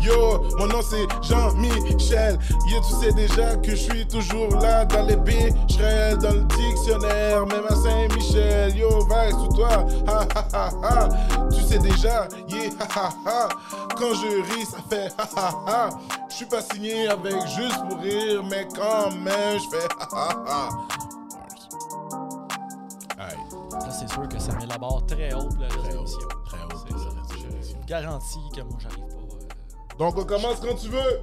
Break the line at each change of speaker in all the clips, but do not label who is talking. Yo, mon nom c'est Jean-Michel. Yeah, tu sais déjà que je suis toujours là dans les billes. Je dans le dictionnaire, même à Saint-Michel. Yo, vague sous toi. Ha, ha, ha, ha. Tu sais déjà, yeah, ha, ha, ha. Quand je ris, ça fait ha, ha, ha. Je suis pas signé avec juste pour rire, mais quand même, je fais ha, ha, ha. Alright,
Là, c'est sûr que ça met la barre très haut pour la
très haut,
résolution.
très haut,
C'est
très
ça.
haut, très haut.
Je garantis que moi, j'arrive pas. euh,
Donc on commence quand tu veux.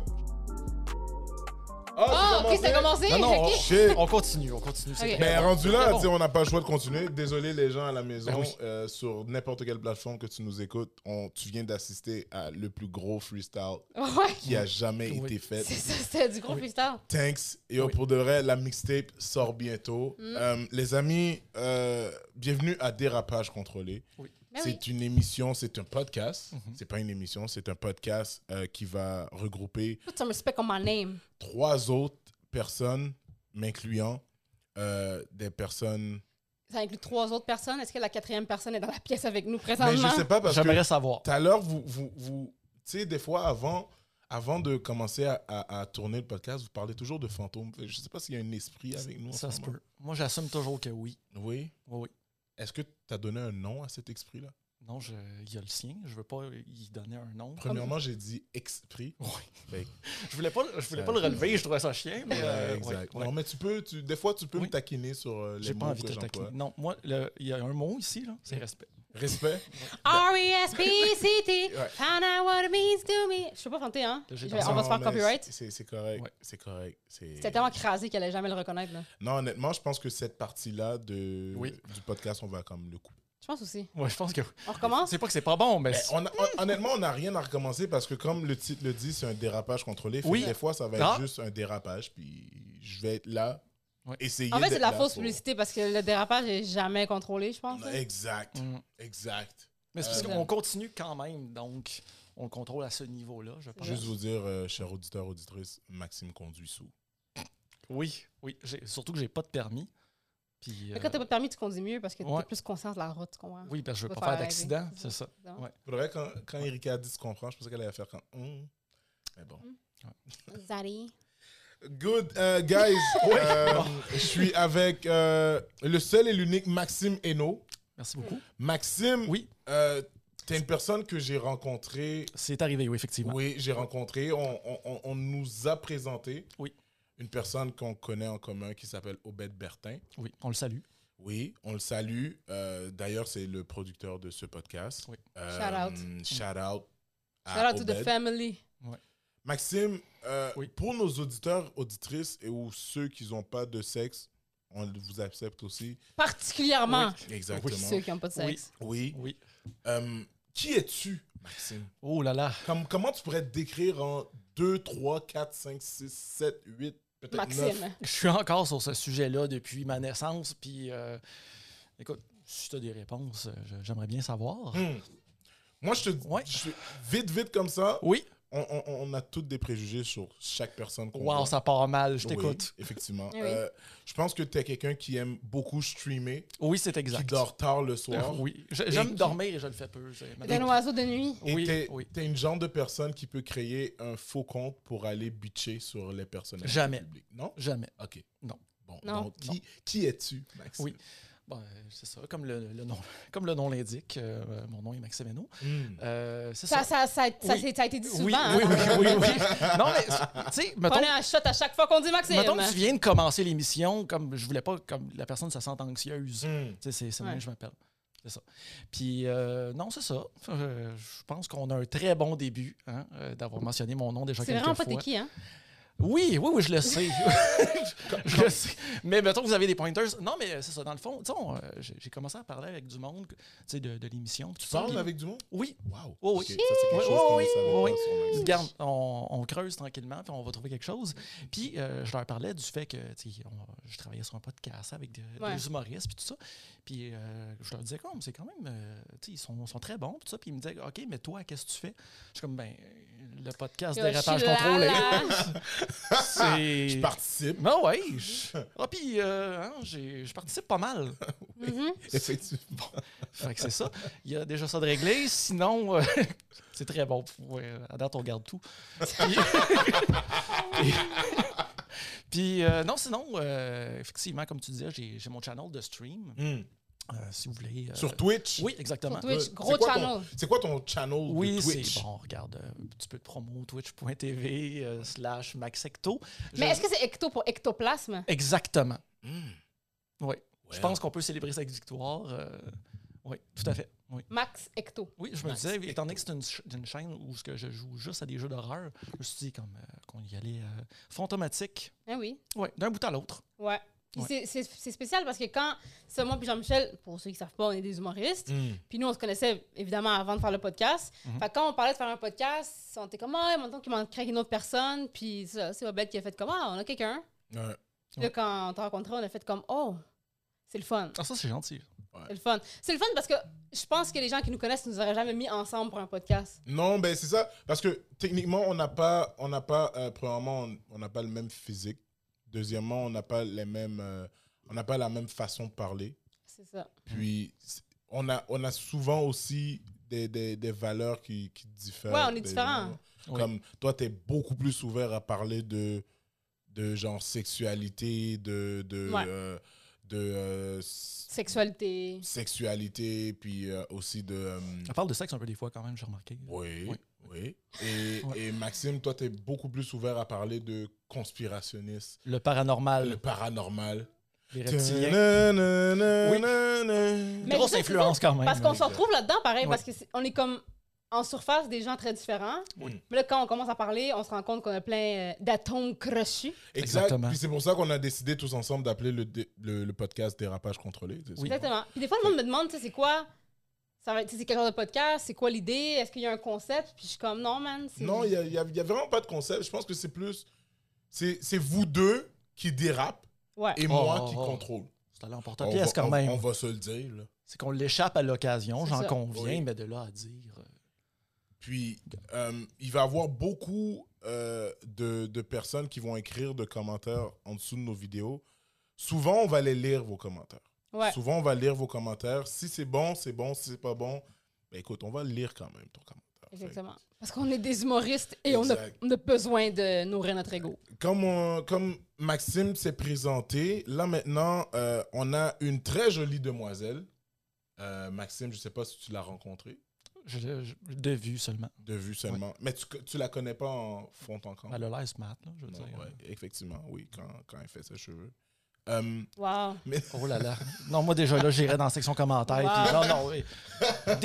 Ah,
Oh, ok,
c'est
c'est commencé.
Non, non,
ok.
Shit.
On continue, on continue. c'est très
Ok.
Mais
bon.
Ben, rendu là,
Très bon.
tu sais, on n'a pas le choix de continuer. Désolé les gens à la maison,
Ben oui.
euh, sur n'importe quelle plateforme que tu nous écoutes, on, tu viens d'assister à le plus gros freestyle
Ouais,
qui a jamais
Oui.
été fait.
c'est ça, c'était du gros
Oui.
freestyle.
Thanks. Et oh,
Oui.
pour de vrai, la mixtape sort bientôt.
Mm.
Euh, les amis, euh, bienvenue à Dérapage Contrôlé.
Ben
Mais Ben oui.
C'est une émission, c'est un podcast.
Mhm.
C'est pas une émission, c'est un podcast euh, qui va regrouper
Put some respect on my name.
trois autres personnes, m'incluant euh, des personnes.
Ça inclut trois autres personnes. Est-ce que la quatrième personne est dans la pièce avec nous
Mais je
hein?
présentement?
sais pas parce que
J'aimerais
tout
savoir.
à l'heure, vous, vous, vous tu sais, des fois avant, avant de commencer à, à- à tourner le podcast, vous parlez toujours de fantômes. Je sais pas s'il y a un esprit avec nous. en
Ça
ce
se
moment.
peut. Moi, j'assume toujours que oui.
Oui.
Oui, oui.
Est-ce que tu as donné un nom à cet esprit-là
Non, je- il y a le sien. Je veux pas y donner un nom.
Premièrement, j'ai dit esprit.
Oui.
Fait que-
Je voulais pas, je voulais pas le relever, je trouvais ça chien, mais. euh,
exact.
ouais, ouais.
Non, mais tu peux, tu, des fois, tu peux
Oui.
me taquiner sur euh, les
J'ai
mots
pas envie
que
de te
j'emploie.
taquiner. Non, moi, le- il y a un mot ici, là, c'est respect.
Respect.
E R-E-S-P-C-T.
Ouais.
Find out what it means to me. Je sais pas chanter, hein?
J'ai
Je-
dansé.
on va se faire
mais
copyright.
c'est- C'est c'est correct.
Ouais.
C'est correct. C'est-
C'était tellement crasé qu'elle allait jamais le reconnaître, là.
Non, honnêtement, je pense que cette partie-là de,
Oui.
du podcast, on va comme le couper.
Je pense aussi.
Ouais, je pense que.
On recommence?
C'est pas que c'est pas bon, mais.
Eh, on a- hon- honnêtement, on n'a rien à recommencer parce que, comme le titre le dit, c'est un dérapage contrôlé. Fait
Oui.
que Des fois, ça va être
Ah.
juste un dérapage, puis je vais être là,
Ouais.
essayer.
En fait, c'est
d'être
de la
là
fausse
pour-
publicité parce que le dérapage est jamais contrôlé, je pense. là.
Exact,
Mm.
exact.
Mais c'est parce
Euh,
qu'on continue quand même, donc on le contrôle à ce niveau-là, je pense.
Juste vous dire, euh, cher auditeur, auditrice, Maxime conduit sous.
Oui, oui. j'ai- Surtout que j'ai pas de permis. Puis.
Mais quand
euh,
t'as pas de permis, tu conduis mieux parce que
Ouais.
t'es plus conscient de la route, tu comprends?
oui, parce que je veux
Faut
pas faire
faire
d'accident,
rêver.
c'est ça.
Évidemment.
Ouais.
Pour le vrai, quand, quand Erika a dit ce qu'on prend, je pensais qu'elle allait faire quand. Hum. Mais bon.
Zaddy.
Good, euh, guys. Euh, Je suis avec euh, le seul et l'unique Maxime Hainaut.
Merci beaucoup.
Mm.
Maxime,
Oui,
euh, t'es une personne que j'ai rencontrée.
c'est arrivé, oui, effectivement.
Oui, j'ai rencontré. On, on- on- on nous a présenté.
Oui.
Une personne qu'on connaît en commun qui s'appelle Obed Bertin.
Oui, on le salue.
Oui, on le salue. Euh, D'ailleurs, c'est le producteur de ce podcast.
Oui.
Euh,
Shout
Shout out. à
Shout out to the
Obed.
family.
Maxime, euh,
Oui.
pour nos auditeurs, auditrices et ou ceux qui n'ont pas de sexe, on vous accepte aussi.
Particulièrement
Exactement.
ceux qui n'ont pas de
Oui.
sexe.
Oui.
Oui.
Euh, qui es-tu, Maxime
Oh là là.
Comme- Comment tu pourrais te décrire en 2, 3, 4, 5, 6, 7, 8, peut-être 9
Maxime.
Je suis encore sur ce sujet-là depuis ma naissance, puis euh, écoute, si tu as des réponses, euh, je- j'aimerais bien
Mm.
savoir.
Hmm. Moi, je te dis,
Ouais.
je- vite, vite comme ça,
Oui,
on, on- on a toutes des préjugés sur chaque personne qu'on
wow,
voit.
ça part mal, je
Oui,
t'écoute.
effectivement.
Oui.
Euh, je pense que tu es quelqu'un qui aime beaucoup streamer,
Oui, c'est
qui
exact. Euh,
dort tard le soir.
Oui, Je-
Et
j'aime
qui-
dormir et je le fais peu. c'est-
T'es un oiseau de nuit.
Et
Oui,
t'es,
oui.
t'es une genre de personne qui peut créer un faux compte pour aller bitcher sur les personnages
Jamais.
publics. Non?
Jamais.
OK.
Non.
Bon,
Non.
donc, qui, qui es-tu, Max?
Oui. Bon, euh, c'est ça, comme le, le nom, comme le nom l'indique, euh, mon nom est Maxime Hainaut.
Hmm.
Euh, c'est
Ça,
ça.
ça, ça, ça,
Oui.
c'est- ça a été dit souvent.
oui,
hein.
oui, oui, oui, oui. Non, mais tu sais, mettons,
Prenez un shot à chaque fois qu'on dit Maxime.
mettons que tu viens de commencer l'émission, comme je voulais pas, comme la personne se sente anxieuse.
Hmm.
Tu sais, C'est c'est le
Ouais.
même que je m'appelle. C'est ça. Puis, euh, non, c'est ça. Euh, je pense qu'on a un très bon début hein, euh, d'avoir mentionné mon nom déjà
C'est
quelques
vraiment pas
fois.
t'es qui, hein?
Oui, oui, oui, je le sais. je le sais. Mais mettons que vous avez des pointers. Non, mais c'est ça. Dans le fond, tu sais, on, euh, j'ai j'ai commencé à parler avec du monde tu sais, de, de l'émission.
Tu
tout ça.
parles
Puis-
avec du monde?
Oui.
Wow.
Oh, oui.
OK, Ça, c'est quelque
Oui,
chose
oui,
qu'on ne
oui,
savait
oui.
pas sur Max.
Regarde, on, on creuse tranquillement, puis on va trouver quelque chose. Puis euh, je leur parlais du fait que tu sais, on- je travaillais sur un podcast avec des,
Ouais.
des humoristes, puis tout ça. Puis euh, je leur disais, comme, c'est quand même, euh, tu sais, ils sont, sont très bons, puis tout ça. Puis ils me disaient, OK, mais toi, qu'est-ce que tu fais? Je suis comme, ben, le podcast
Yo,
de
je suis
ratage
là,
contrôlé.
là.
C'est-
Je participe,
Ben ouais. je- Ah, puis, euh, hein, j'ai- je participe pas mal.
Mhm.
effectivement.
Fait que c'est ça. Il y a déjà ça de réglé. Sinon, euh, c'est très bon. Ouais, à date, on garde tout. Puis, Et- puis, euh, non, sinon, euh, effectivement, comme tu disais, j'ai j'ai mon channel de stream.
Hmm.
euh, si vous voulez. euh,
Sur Twitch?
Oui, exactement.
Sur Twitch,
Euh,
gros
c'est quoi
channel.
ton- C'est quoi ton channel
Oui,
de
c'est
Twitch?
bon. Regarde, euh, un petit peu de promo, twitch.tv euh, slash maxecto.
Mais
Je-
est-ce que c'est ecto pour ectoplasme?
Exactement.
Hmm.
Oui. Je
Well.
pense qu'on peut célébrer cette victoire. euh, oui, tout à fait. Oui.
Max Ecto.
Oui, je me
Max
disais, étant donné que c'est une, ch- une chaîne où ce que je joue juste à des jeux d'horreur, je me suis dit comme, euh, qu'on y allait euh, fantomatique,
Ah oui.
ouais, d'un bout à l'autre.
Ouais. Puis
Ouais.
c'est- C'est c'est spécial parce que quand c'est moi puis Jean-Michel, pour ceux qui savent pas, on est des humoristes.
Hmm.
Puis nous, on se connaissait évidemment avant de faire le podcast.
Mhm.
Fait que quand on parlait de faire un podcast, on était comme, ah, maintenant qu'il manque une autre personne. Puis ça, c'est Obed qui a fait comme, ah, on a quelqu'un.
Ouais.
Puis Là, quand on t'a rencontré, on a fait comme, oh, c'est le fun.
Ah, ça, c'est gentil.
C'est le fun. C'est le fun parce que je pense que les gens qui nous connaissent nous auraient jamais mis ensemble pour un podcast.
Non, ben c'est ça. Parce que techniquement, on n'a pas, on n'a pas, euh, premièrement, on- on n'a pas le même physique. Deuxièmement, on n'a pas les mêmes, euh, on n'a pas la même façon de parler.
C'est ça.
Puis c'est- on a, on a souvent aussi des, des, des valeurs qui, qui diffèrent.
Ouais, on est
des
différents.
gens.
Oui.
Comme toi, tu es beaucoup plus ouvert à parler de, de genre sexualité, de, de,
Ouais.
euh, de euh, s-
Sexualité.
sexualité, puis euh, aussi de. euh,
On parle de sexe un peu des fois quand même, j'ai remarqué.
oui,
Oui.
oui. Et,
Ouais.
et Maxime, toi, tu es beaucoup plus ouvert à parler de conspirationniste,
Le
le
paranormal,
paranormal.
les reptiliens. Oui.
Mais
Mais
Grosse
ça, c'est
influence quand même.
Parce qu'on se
exact.
retrouve là-dedans, pareil,
Ouais.
parce qu'on est comme en surface des gens très différents.
Oui.
Mais là, quand on commence à parler, on se rend compte qu'on a plein euh, d'atomes crochus.
Exact.
Exactement.
Puis c'est pour ça qu'on a décidé tous ensemble d'appeler le, dé- le, le podcast Dérapage contrôlé. c'est ça?
Oui.
Exactement. Puis des fois, le monde me demande, tu sais, c'est quoi ça va être, tu sais, c'est quel genre de podcast, c'est quoi l'idée, est-ce qu'il y a un concept, puis je suis comme, non, man. c'est-
Non, il n'y a, il y a- il y a vraiment pas de concept. Je pense que c'est plus. C'est c'est vous deux qui dérapent
Ouais.
et
Oh,
moi
oh,
qui
oh.
contrôle.
C'est allé en
On
porte-pièce
va-
quand
on-
même.
On va se le dire. là.
C'est qu'on l'échappe à l'occasion,
C'est
j'en
ça.
conviens,
Oui.
mais de là à dire. euh,
Puis, euh, il va y avoir beaucoup euh, de, de personnes qui vont écrire de commentaires en dessous de nos vidéos. Souvent, on va les lire, vos commentaires.
Ouais.
Souvent, on va lire vos commentaires. Si c'est bon, c'est bon. Si c'est pas bon, ben écoute, on va le lire quand même, ton commentaire.
Exactement. Parce qu'on est des humoristes et on a,
Exact.
on a besoin de nourrir notre ego.
Fait que, Comme, on- comme Maxime s'est présenté, là maintenant, euh, on a une très jolie demoiselle. Euh, Maxime, je sais pas si tu l'as rencontrée
Je, je- de vue seulement.
de vue seulement. Mais tu, tu la connais pas en fond en camp.
Elle a l'air smart, là, je veux
Non,
dire.
ouais, effectivement, oui, quand, quand elle fait ses cheveux. Euh,
Wow.
Oh là là. Non, moi déjà là, j'irais dans la section commentaires.
Wow.
puis non, non, oui.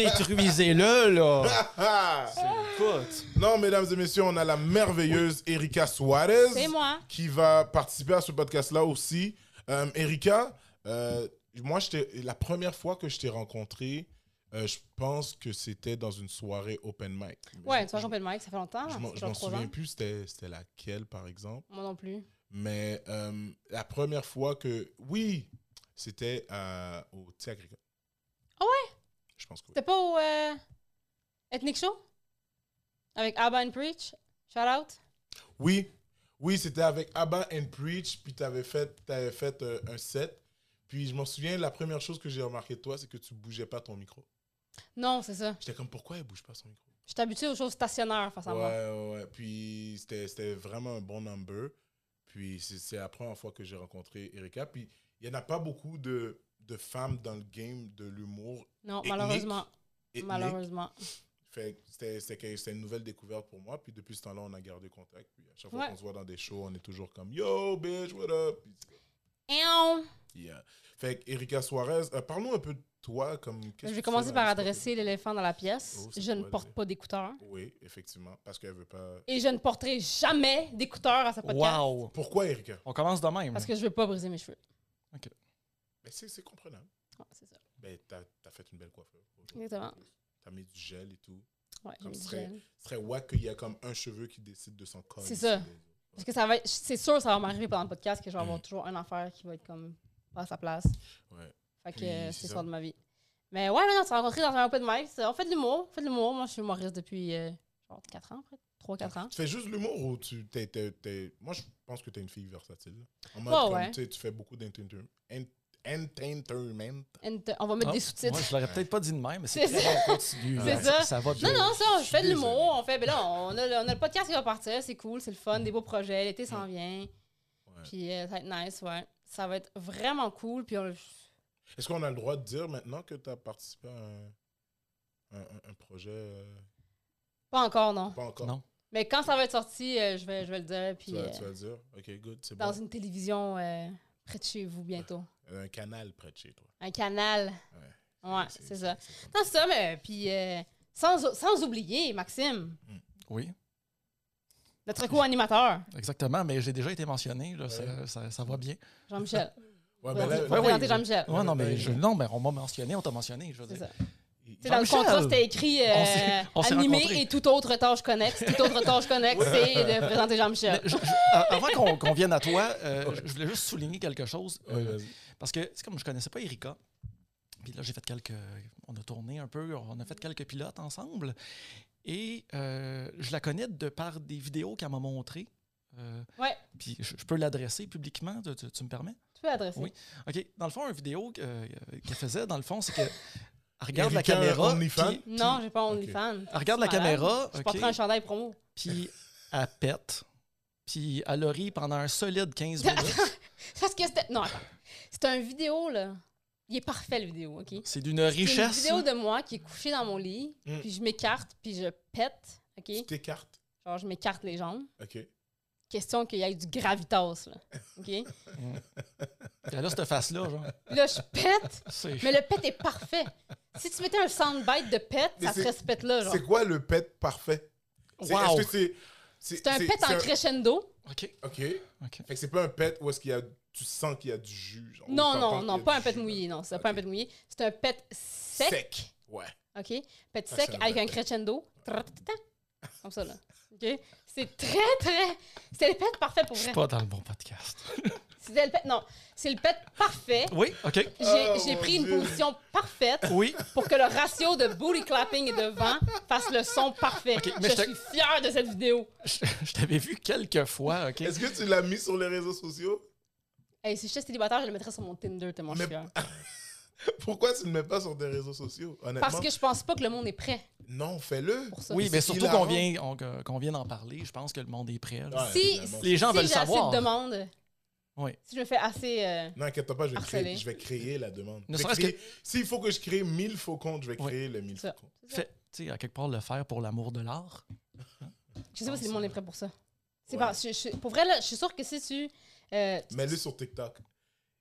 détruisez-le, là. Ah. Écoute.
non, mesdames et messieurs, on a la merveilleuse Erika Suarez
C'est moi.
qui va participer à ce podcast-là aussi. Euh, Erika, euh, moi, je t'ai- la première fois que je t'ai rencontrée, euh, je pense que c'était dans une soirée open mic.
Ouais,
Je-
tu vois,
je-
Jean-Paul Mike, ça fait longtemps.
Je
ça
m'en-
fait
je
genre
m'en
trois
souviens
ans.
plus, c'était c'était laquelle, par exemple.
Moi non plus.
Mais euh, la première fois que. Oui, c'était à- au Thé Agricole.
Ah
ouais? Je pense que oui.
C'était pas au euh, Ethnic Show? Avec Abba and Preach? Shout out.
Oui, oui c'était avec Abba and Preach, puis tu avais fait, t'avais fait euh, un set. Puis je m'en souviens, la première chose que j'ai remarqué de toi, c'est que tu bougeais pas ton micro.
Non, c'est ça.
J'étais comme, pourquoi elle bouge pas son micro?
Je suis habituée aux choses stationnaires face à
ouais,
moi.
ouais, ouais. Puis c'était c'était vraiment un bon number. Puis c'est c'est la première fois que j'ai rencontré Erika. Puis il n'y en a pas beaucoup de, de femmes dans le game de l'humour.
Non,
Ethnique,
malheureusement.
ethnique.
Malheureusement.
Fait que c'était- c'était que- c'était une nouvelle découverte pour moi. Puis depuis ce temps-là, on a gardé contact. Puis à chaque fois
Ouais.
qu'on se voit dans des shows, on est toujours comme Yo, bitch, what up? Puis c'est-
Éon!
Yeah. euh, Fait que Erika Suarez, euh, parle-nous un peu de toi. Comme, qu'est-ce
Je
que
vais
tu
commencer
fais dans
par
la soirée?
adresser l'éléphant dans la pièce.
Oh, c'est
je ne
quoi,
porte
là?
pas d'écouteurs.
Oui, effectivement. Parce qu'elle veut pas.
Et je ne porterai jamais d'écouteurs à ce podcast.
Wow.
Pourquoi Erika?
On commence de même.
Parce que je veux pas briser mes cheveux.
Ben, c'est c'est comprenable.
Ouais, c'est ça.
Ben, t'as as fait une belle coiffure. aujourd'hui.
Exactement.
T'as mis du gel et tout.
Ouais, j'ai
Comme
mis du
ce serait-
gel.
Ce serait wack qu'il y a comme un cheveu qui décide de s'en coller.
C'est ça.
sur les autres.
Parce que ça va être- c'est sûr, ça va m'arriver pendant le podcast que je vais avoir
Mm.
toujours un affaire qui va être comme pas à sa place.
Ouais.
Fait que
Puis,
euh,
c'est
c'est
ça.
l'histoire de ma vie. Mais ouais, non, on s'est rencontrés dans un open mic. C'est- On fait de l'humour. On fait de l'humour. Moi, je suis humoriste depuis euh, genre 4 ans, après. 3-4 ans.
Tu fais juste l'humour ou tu. t'es- t'es- t'es- Moi, je pense que t'es une fille versatile. En
Ouais,
comme,
ouais.
tu sais, Tu fais beaucoup d'entertainment. Entertainment.
And, euh, on va
Ah,
mettre
Oh,
des sous-titres.
Moi, je l'aurais peut-être pas dit de même, mais c'est
C'est
très bon, continue.
C'est
là,
ça.
va
Non,
bien.
non, ça,
je
je
suis
fais de
désolé.
l'humour. On fait, ben là, on a, le, on a le podcast qui va partir, c'est cool, c'est le fun, des beaux projets, l'été s'en vient. Puis euh, ça va être nice, ouais. Ça va être vraiment cool. Puis on-
Est-ce qu'on a le droit de dire maintenant que tu as participé à un, un- un- un projet euh,
pas encore, non.
Pas encore.
Non.
Mais quand ça va être sorti, euh, je, vais, je vais le dire.
Tu,
Puis
vas,
euh,
tu vas dire. Ok, good, c'est
dans
bon.
une télévision euh, près de chez vous bientôt.
Un canal près de chez toi.
Un canal.
Ouais,
Ouais, Ah, c'est ça.
c'est-
Dans ça, mais puis euh, sans, sans oublier, Maxime,
Oui,
notre co-animateur,
exactement, mais j'ai déjà été mentionné, là, ça, ça- ça va bien.
Jean-Michel.
Ouais,
Vas-y,
mais là,
faut
ouais, ouais,
présenter
je-
Jean-Michel.
Ouais, non, mais,
Ouais. ben, euh,
je- non, mais on m'a mentionné, on t'a mentionné, je veux
C'est
dire.
ça.
il-
Tu sais, dans le
Jean-Michel!
contrat, c'était écrit euh,
On s'est- on s'est rencontrés.
animé et toute autre tâche connexe. Toute autre tâche connexe, c'est de présenter Jean-Michel.
Je- je- a- avant qu'on qu'on vienne à toi, euh, je- je voulais juste souligner quelque chose.
Ouais,
euh,
vas-y.
parce que c'est comme je connaissais pas Erika. Puis là, j'ai fait quelques. On a tourné un peu, on a fait quelques pilotes ensemble. Et euh, je la connais de par des vidéos qu'elle m'a montrées. Euh,
Ouais.
Puis je, je peux l'adresser publiquement, tu, tu- tu me permets?
Tu peux adresser.
Oui. OK. Dans le fond, une vidéo que- euh, qu'elle faisait, dans le fond, c'est que. Elle regarde la
Erika,
caméra.
OnlyFans?
puis-
Non,
puis
j'ai pas OnlyFans.
Elle regarde la
Malade.
caméra.
Je
ok,
porterai un chandail promo.
Puis elle pète. Puis elle a ri pendant un solide 15 minutes.
Parce que c'était. Non, attends. C'est un vidéo, là. Il est parfait, le vidéo, OK?
C'est d'une
C'est une
richesse.
vidéo de moi qui est couchée dans mon lit,
Mm.
puis je m'écarte, puis je pète, OK?
Tu t'écartes.
Genre, je m'écarte les jambes.
Ok.
Question qu'il y ait du gravitas, là. OK?
Elle a cette face-là, genre.
Là, je pète,
C'est-
mais le pet est parfait. Si tu mettais un soundbite de pet,
Mais
ça
c'est-
serait ce pet-là, genre.
C'est quoi le pet parfait? C'est-
Wow!
est-ce que c'est- c'est-
C'est un
c'est-
pet
c'est Oh,
en crescendo.
OK.
Ok.
OK.
Fait que c'est pas un pet où est-ce qu'il y a, tu sens qu'il y a du jus. genre,
Non,
ou
non,
t'entends
non,
qu'il y a
pas
du
un pet
jus,
mouillé, non. C'est
Ok.
pas un pet mouillé. C'est un pet sec.
Sec. Ouais.
OK? Pet
Ah,
sec
c'est un
avec
vrai
un
pet.
crescendo. Tra-ta-ta-ta. Comme ça, là. OK? C'est très, très. C'est le pet parfait pour
Je
vrai.
suis pas dans le bon podcast.
C'est le pet. Non, c'est le pet parfait.
Oui, OK.
J'ai
Oh,
j'ai
mon
pris une
Dieu.
position parfaite
Oui.
pour que le ratio de booty clapping et de vent fasse le son parfait.
Ok, mais
je
je te-
suis fière de cette vidéo.
Je, je t'avais vu quelques fois, OK?
Est-ce que tu l'as mis sur les réseaux sociaux?
Hey, si j'étais célibataire, je le mettrais sur mon Tinder, tellement je
Mais-
suis fière.
Pourquoi tu ne le mets pas sur tes réseaux sociaux, honnêtement?
Parce que je pense pas que le monde est prêt
Non, fais-le.
pour ça.
Oui, mais
C'est
surtout
hilarant.
qu'on vient, on- que- qu'on vient d'en parler. Je pense que le monde est prêt. là.
Ouais,
Si,
évidemment.
Les gens
si
veulent
j'ai assez
savoir.
de demandes,
Ah, Oui.
si je me fais assez... euh,
Non, inquiète pas, je vais,
Harcelé.
créer, je vais créer la demande. Je
Ne
vais
serait-ce
créer- S'il faut que je crée 1000 faux comptes, je vais
Ouais.
créer le 1000
Ça.
faux comptes.
c'est ça.
Fait, tu sais, à quelque part, le faire pour l'amour de l'art.
Je sais pas si le monde est prêt pour ça. C'est
Ouais.
pas, je- je- pour vrai, là, je suis sûre que si tu... euh,
Mets-le sur TikTok.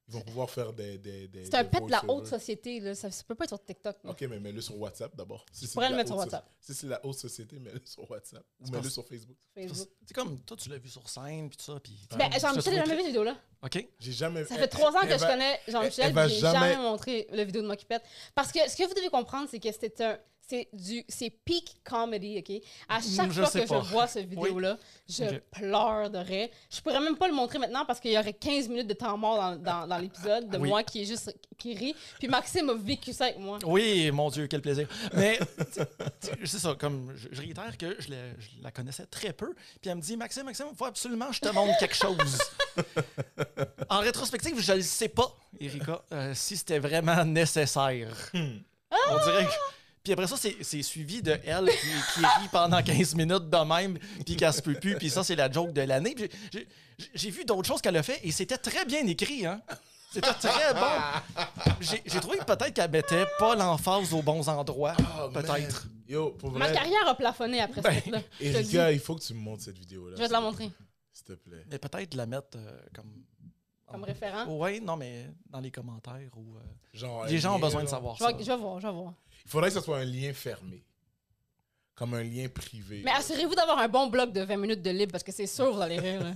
Ils vont pouvoir faire des. des, des
c'est un
des
pet de la
voice-over.
haute société, là, ça, ça peut pas être sur TikTok. là.
Ok, mais mets-le sur WhatsApp d'abord. Si c'est
pourrais
de
le
la
mettre sur
haute
WhatsApp.
so- Si c'est la haute société, mets-le sur WhatsApp. Ou
C'est
mets-le
parce-
sur Facebook.
Facebook.
C'est comme, toi, tu l'as vu sur scène, puis tout ça, puis...
Ben,
Tu te
Jean-Michel, j'ai
trouvais
jamais vu
prêt.
cette vidéo-là.
OK?
J'ai jamais. Eh ben,
Ça fait trois ans que
Eva-
je connais
elle
Jean-Michel,
va
puis j'ai jamais...
jamais
montré la vidéo de moi qui pète. Parce que ce que vous devez comprendre, c'est que c'est un... C'est du... C'est peak comedy, OK? À chaque
Mm, je
fois
sais
que
pas.
je vois cette vidéo-là, je
Ok.
pleure de rire. Je pourrais même pas le montrer maintenant parce qu'il y aurait 15 minutes de temps mort dans, dans- dans l'épisode de
Oui.
moi qui est juste... qui rit. Puis Maxime a vécu ça avec moi.
Oui, mon Dieu, quel plaisir. Mais tu- tu- c'est ça, comme je, je réitère que je, la- je la connaissais très peu. Puis elle me dit Maxime, Maxime, il faut absolument que je te montre quelque chose. en rétrospective, je ne le sais pas, Erika, euh, si c'était vraiment nécessaire. On dirait que. Puis après ça, c'est c'est suivi de elle qui, qui rit pendant 15 minutes de même, puis qu'elle se peut plus. Puis ça, c'est la joke de l'année. Puis j'ai- j'ai- J'ai vu d'autres choses qu'elle a fait et c'était très bien écrit, hein? C'était très bon. J'ai j'ai trouvé que peut-être qu'elle mettait pas l'emphase aux bons endroits.
Oh, man.
peut-être.
Yo, pour
Ma
vrai.
carrière a plafonné après
Ben,
ça. Je, te le dis.
Erika, il faut que tu me montres cette vidéo-là.
Je vais te la montrer
S'il te plaît.
Mais peut-être la mettre euh, comme.
comme référent.
Oui, non, mais dans les commentaires. Ou, euh,
Genre,
les
un
gens ont
lien,
besoin de
genre.
savoir
Je
Oh, ça.
vais, je vais voir, je vais voir.
Il faudrait que ce soit un lien fermé. Comme un lien privé.
Mais assurez-vous d'avoir un bon bloc de 20 minutes de libre parce que c'est sûr vous allez rire. là.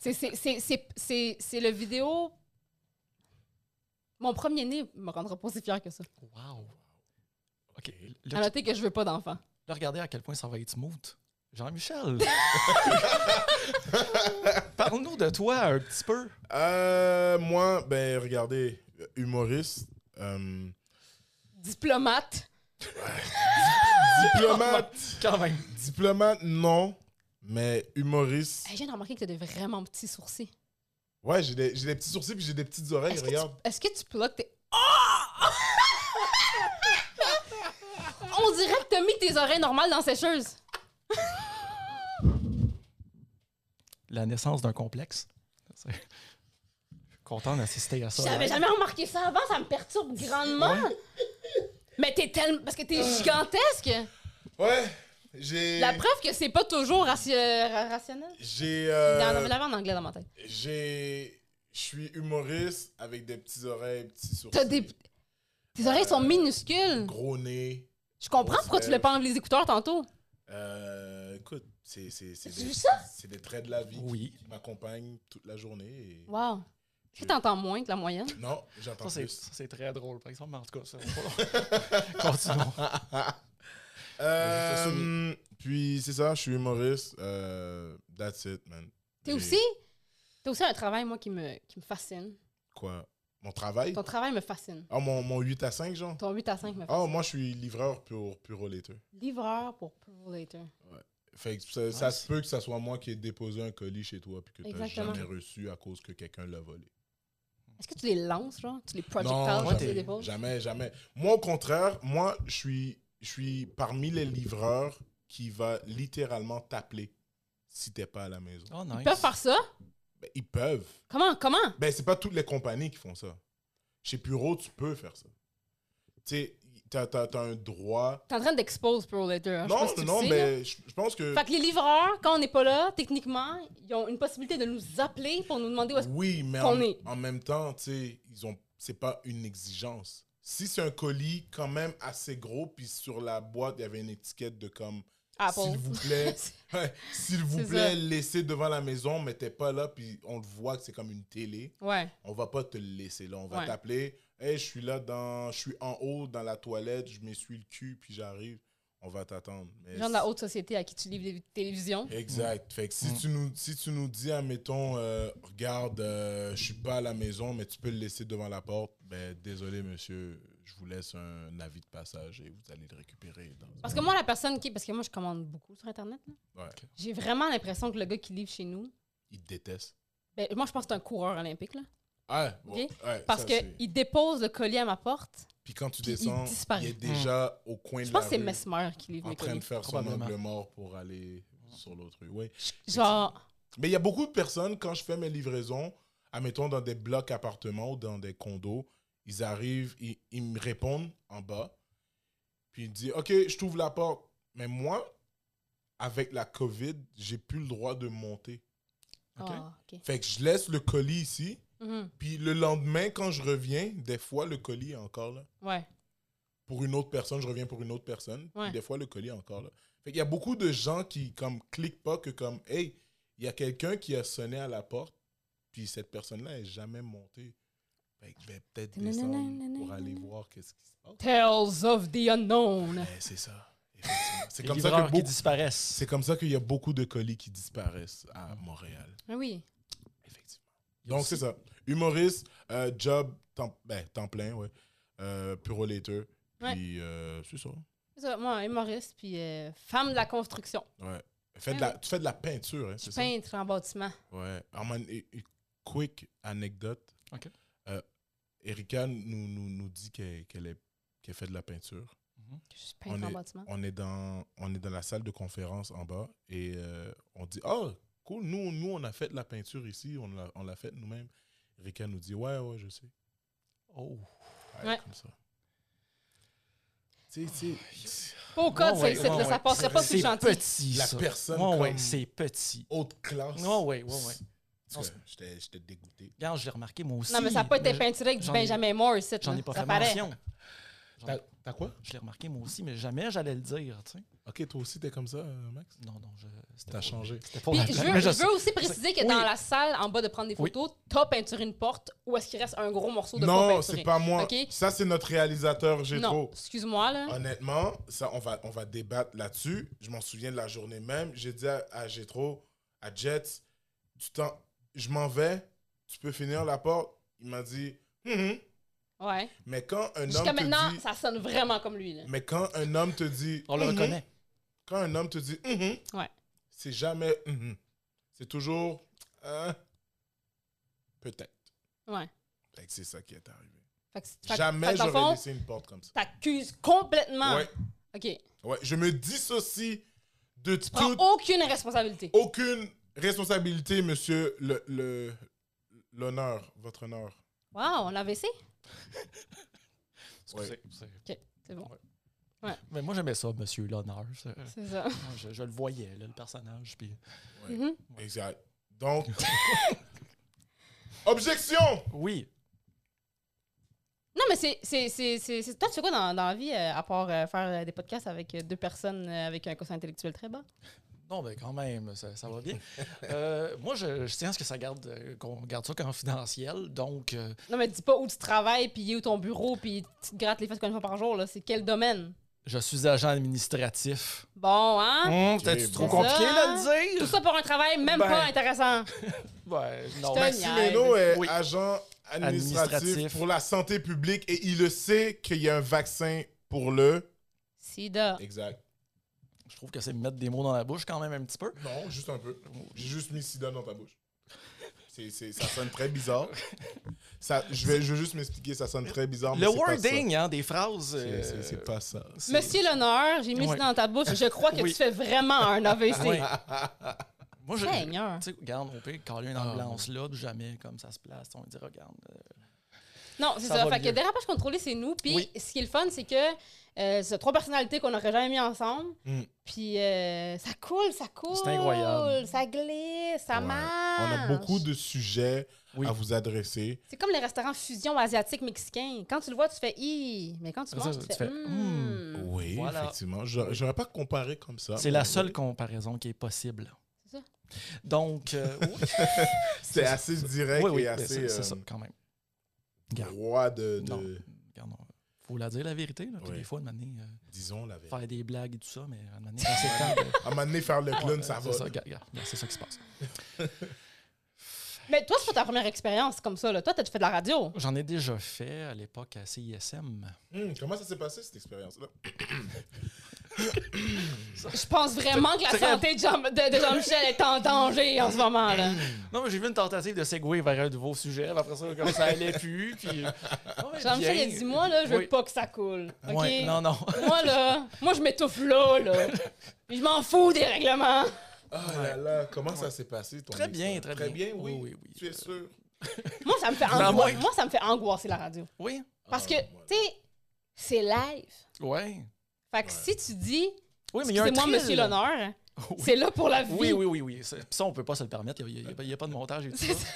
C'est- c'est- c'est- C'est c'est- c'est le vidéo. Mon premier né me rendra pas si fier que ça.
Wow. OK.
À
Là,
noter que je veux pas d'enfant.
là, regardez à quel point ça va être smooth. Jean-Michel. Parle-nous de toi un petit peu.
Euh, moi, ben, regardez, humoriste. euh,
Diplomate,
Diplomate,
Quand même.
diplomate, non, mais humoriste.
Hey, J'ai remarqué que t'as de vraiment petits sourcils.
Ouais, j'ai des, j'ai des petits sourcils puis j'ai des petites oreilles,
Est-ce que,
Ah, regarde.
tu- est-ce que tu plugues tes. Ah! Oh! On dirait que t'as mis tes oreilles normales dans la sécheuse.
La naissance d'un complexe. C'est- Je suis content d'assister à ça.
J'avais jamais remarqué ça avant, ça me perturbe grandement. Mais t'es tellement. Parce que t'es gigantesque.
Ouais, j'ai.
La preuve que c'est pas toujours raci- euh, ra- rationnel.
J'ai.
Il
euh,
y en avait l'avant en anglais dans ma tête.
j'ai. Je suis humoriste avec des petites oreilles, petits sourcils.
T'as des. Tes oreilles sont minuscules.
Gros nez.
Je comprends pourquoi tu voulais pas enlever les écouteurs tantôt.
Euh, écoute, c'est c'est- c'est
T'as
des,
vu ça?
c'est des traits de la vie
Oui.
qui m'accompagnent toute la journée. et-
Wow. Est-ce que t'entends moins que la moyenne?
Non,
Ça,
j'entends
c'est-
plus.
ça, c'est très drôle, par exemple, mais en tout cas, ça Continuons.
Euh,
Je suis
puis c'est ça, je suis humoriste. Euh, that's it, man.
T'es
J'ai-
aussi. T'as aussi un travail, moi, qui me, qui me fascine.
Quoi Mon travail
Ton travail me fascine.
Ah, mon, mon 8 à 5, genre
Ton 8 à 5 me fascine.
Ah, moi, je suis livreur pour Puro Later.
Livreur pour Pro Later.
Fait que ça, ça
Nice.
se peut que ça soit moi qui ai déposé un colis chez toi puis que t'as
Exactement.
jamais reçu à cause que quelqu'un l'a volé.
Est-ce que tu les lances, genre? Tu les projectiles,
Non,
tu les
jamais,
déposes?
jamais, jamais. Moi, au contraire, moi, je suis, je suis parmi les livreurs qui va littéralement t'appeler si t'es pas à la maison.
Oh,
Ils
nice.
peuvent faire ça?
Ben, ils peuvent.
Comment? Comment?
Ben, c'est pas toutes les compagnies qui font ça. Chez Puro, tu peux faire ça. Tu sais, t'as, t'as- t'as un droit.
T'es en train d'expose Pro Later. hein? Je sais pas
Non,
si tu le
non,
sais, là.
mais je je pense que.
Fait que les livreurs, quand on n'est pas là, techniquement, ils ont une possibilité de nous appeler pour nous demander où est-ce
Oui, mais
qu'on
en,
est.
en même temps, tu sais, ils ont c'est pas une exigence. Si c'est un colis quand même assez gros, puis sur la boîte, il y avait une étiquette de comme
Apple.
s'il vous plaît, ouais, s'il vous
Ah, C'est ça.
plaît, laissez devant la maison, mais t'es pas là, puis on le voit que c'est comme une télé.
Ouais.
On va pas te le laisser là, on va
Ouais.
t'appeler. Hey, je suis là dans, je suis en haut dans la toilette, je m'essuie le cul, puis j'arrive. On va t'attendre. Mais
Genre de la haute société à qui tu livres des télévisions.
Exact. Fait que si,
Mm.
tu nous, si tu nous dis, admettons, euh, regarde, euh, je suis pas à la maison, mais tu peux le laisser devant la porte, ben désolé, monsieur, je vous laisse un avis de passage et vous allez le récupérer. dans-
Parce que moi, la personne qui. Parce que moi, je commande beaucoup sur Internet. là.
Ouais.
J'ai vraiment l'impression que le gars qui livre chez nous.
Il te déteste.
Ben, moi, je pense que c'est un coureur olympique, là.
Ah, ouais,
Ok.
ouais,
Parce
ça,
que
c'est-
qu'il dépose le collier à ma porte.
Puis quand tu
puis il
descends, il,
disparaît. Mm.
est déjà au coin
Je
de
pense
la
que c'est
rue,
Mesmer qui livre
en
mes
train de
colis.
faire son
probablement.
angle mort pour aller sur l'autre rue. Ouais.
Genre,
Mais il y a beaucoup de personnes, quand je fais mes livraisons, admettons dans des blocs appartements ou dans des condos, ils arrivent, ils, ils me répondent en bas, puis ils disent Ok, je t'ouvre la porte. Mais moi, avec la COVID, j'ai plus le droit de monter.
Ok.
ah, ok.
Fait que je laisse le colis ici,
Mhm.
puis le lendemain, quand je reviens, des fois, le colis est encore là.
Ouais.
Pour une autre personne, je reviens pour une autre personne, puis
Ouais.
des fois, le colis est encore là. Fait qu'il y a beaucoup de gens qui, comme, cliquent pas que, comme, hey, il y a quelqu'un qui a sonné à la porte, puis cette personne-là est jamais montée. Fait que je vais peut-être descendre pour aller voir qu'est-ce qui se passe.
Tales of the Unknown.
Eh, c'est ça. effectivement. C'est
Les
comme ça
livreurs
que
qui
beaucoup-
disparaissent.
c'est comme ça qu'il y a beaucoup de colis qui disparaissent à Montréal.
Ah oui.
Effectivement. Donc, c'est ça. Humoriste, euh, job, temps, ben, temps plein, ouais. Euh, Puro later.
Ouais.
Puis, euh, c'est ça.
C'est ça, Moi, humoriste, puis euh, femme de la construction.
Ouais. Fais de
Ouais,
la, tu fais de la peinture, hein, c'est ça?
Peintre en bâtiment.
Ouais. Ah, man, et- et quick anecdote.
Ok.
Euh, Erika nous, nous, nous dit qu'elle qu'elle est- qu'elle fait de la peinture.
Je suis peintre
On
en
est-
bâtiment.
On est, dans, on est dans la salle de conférence en bas et euh, on dit Ah, cool, nous, nous, on a fait de la peinture ici, on l'a on l'a faite nous-mêmes. Erika nous dit Ouais, ouais, je sais.
Oh.
Ouais.
Comme ça. Tu sais, tu
Oh,
sais,
Pas au
Ouais,
code, c'est le
ouais,
site, là,
ouais,
ça passerait pas
C'est
plus gentil.
petit,
La
ça.
personne
Ouais, ouais,
comme-
c'est petit.
haute classe.
Oh, ouais, ouais, ouais.
En tout cas, J'étais j'étais dégoûté.
Regarde, je l'ai remarqué, moi aussi.
Non, mais ça n'a pas été
je-
peinturé avec du
j'en ai-
Benjamin Moore, ici.
J'en
là.
ai pas
Ça
fait
paraît.
mention. J'en-
T'as t'as quoi
Je l'ai remarqué, moi aussi, mais jamais j'allais le dire, tu sais.
Ok, toi aussi, t'es comme ça, euh, Max
Non, non, je... c'était
T'as
pas-
changé.
C'était pas
Puis
la
je
peine,
veux,
mais je
je
sais.
veux aussi préciser que
Oui.
dans la salle, en bas de prendre des
Oui.
photos, t'as peinturé une porte où est-ce qu'il reste un gros morceau de
Non,
peinturé.
c'est pas moi.
Ok?
Ça, c'est notre réalisateur, j'ai
Non,
trop.
excuse-moi, là.
Honnêtement, ça, on va, on va débattre là-dessus. Je m'en souviens de la journée même. J'ai dit à, à Gétro, à Jets, tu t'en- je m'en vais, tu peux finir la porte. Il m'a dit, Hum, hum,
Ouais.
Mais quand un
Jusqu'à
homme
maintenant,
te dit,
ça sonne vraiment comme lui. Là.
mais quand un homme te dit,
On le
Mhm.
reconnaît.
Quand un homme te dit, Mhm
Ouais.
c'est jamais, Mhm c'est toujours, hein, peut-être.
Ouais.
Fait que C'est ça qui est arrivé.
Fait que, fait que- fait
jamais
que dans le
j'aurais
fond,
laissé une porte comme ça.
t'accuses complètement.
Ouais,
OK.
ouais. Je me dissocie de
Prends
toute
aucune responsabilité.
aucune responsabilité, monsieur le- le l'honneur, votre honneur.
Wow, on l'a baissé?
Excusez. c'est-
C'est bon.
Mais moi, j'aimais ça, monsieur l'honneur. ça.
C'est ça.
Moi, Je, je le voyais, là, le personnage. Puis...
Ouais.
Mhm.
Exact. Donc. Objection!
Oui.
Non, mais c'est. c'est- c'est- c'est- c'est- Toi, tu fais quoi dans, dans la vie, euh, à part euh, faire euh, des podcasts avec euh, deux personnes euh, avec un quotient intellectuel très bas?
Non, mais quand même, ça, ça va bien. Euh, moi, je, je tiens à ce que ça garde, euh, qu'on garde ça confidentiel. Donc, euh,
Non, mais dis pas où tu travailles, puis où ton bureau, puis tu te grattes les fesses combien de fois par jour, là. C'est quel domaine?
je suis agent administratif.
Bon, hein?
Hum,
Ok,
T'as-tu trop
bon.
compliqué
Ça,
là, de le
Tout
dire?
ça pour un travail même
Ben.
pas intéressant.
Ouais, non,
te
mais-
niaise.
Maximeno est
Oui.
euh, agent administratif,
Administratif.
pour la santé publique et il le sait qu'il y a un vaccin pour le.
Sida.
Exact.
je trouve que c'est mettre des mots dans la bouche quand même un petit peu.
Non, juste un peu. J'ai juste mis sida dans ta bouche. C'est- c'est- ça sonne très bizarre. Ça, je, vais, je vais juste m'expliquer, ça sonne très bizarre. mais
le
c'est pas ça.
wording hein, des phrases.
C'est- C'est c'est
euh,
pas ça.
c'est-
Monsieur l'honneur, j'ai mis
Ouais.
ça dans ta bouche. Je crois que
Oui.
tu fais vraiment un AVC.
Ouais. Ah Moi, je. Tu
Seigneur.
sais, regarde, on peut caler une
Ah.
ambulance là, puis jamais comme ça se place. On dit, regarde. euh,
Non, c'est
Ça
ça.
va
Fait que
mieux.
dérapage contrôlé, c'est nous. Puis
Oui.
ce qui est le fun, c'est que euh, c'est trois personnalités qu'on n'aurait jamais mis ensemble.
Mm.
Puis euh, ça coule, ça coule.
Hmm. C'est incroyable.
Ça glisse, ça
Ouais. On
marche.
a beaucoup de sujets
Oui.
à Ah, vous adresser.
C'est comme les restaurants fusion asiatique mexicain. Quand tu le vois, tu fais i, mais quand tu
Ça,
manges,
ça,
tu, fais
hmm.
hmm.
Oui,
Voilà.
effectivement. J'aurais j'aurais pas comparé comme ça.
C'est la
mais
seule
oui.
comparaison qui est possible.
C'est ça.
Donc, euh, oui,
C'est assez direct
oui, oui,
et
mais
assez
c'est c'est ça,
euh,
quand même. Regarde,
roi de, de-
non, regarde, on- faut la dire la vérité. Là, puis
Oui.
Des fois, de manier, euh,
disons la vérité.
faire des blagues et tout ça, mais de manier, quand c'est le temps,
À un moment donné, faire le clown,
euh,
ça
c'est
va.
Ça, regarde, regarde, regarde, c'est ça qui se passe.
Mais toi, c'est pas ta première expérience comme ça. Là. Toi, t'as fait de la radio.
J'en ai déjà fait à l'époque à CISM.
Hum, comment ça s'est passé cette expérience-là?
Je pense vraiment que la
Très-
santé de Jean- de- de Jean-Michel est en danger en ce moment. là.
Non, mais j'ai vu une tentative de segway vers un nouveau sujet. puis Après ça, comme ça allait plus. Puis... euh,
Jean-Michel, il a dit Moi, là, je veux
Oui.
pas que ça coule. OK?
Ouais, non, non.
Moi, là, moi, je m'étouffe là, là. Puis je m'en fous des règlements.
Ah là là, comment ça s'est passé ton
Très bien,
expérience?
très bien.
Très bien, oui.
Oui, oui, oui. Euh,
Tu es sûr?
Moi, ça me fait
Non, moi-
angoisser. Moi, ça me fait angoisser la radio.
Oui,
Parce
Ah,
que,
Oh,
voilà.
tu sais, c'est live.
ouais.
Fait que
Ouais.
si tu dis,
oui, mais il y a un
excusez-moi,
thrill.
monsieur l'honneur,
Oui.
c'est là pour la vie.
Oui, oui, oui, oui. Ça, ça, on peut pas se le permettre. Il n'y a, pas de montage et tout ça.
C'est ça.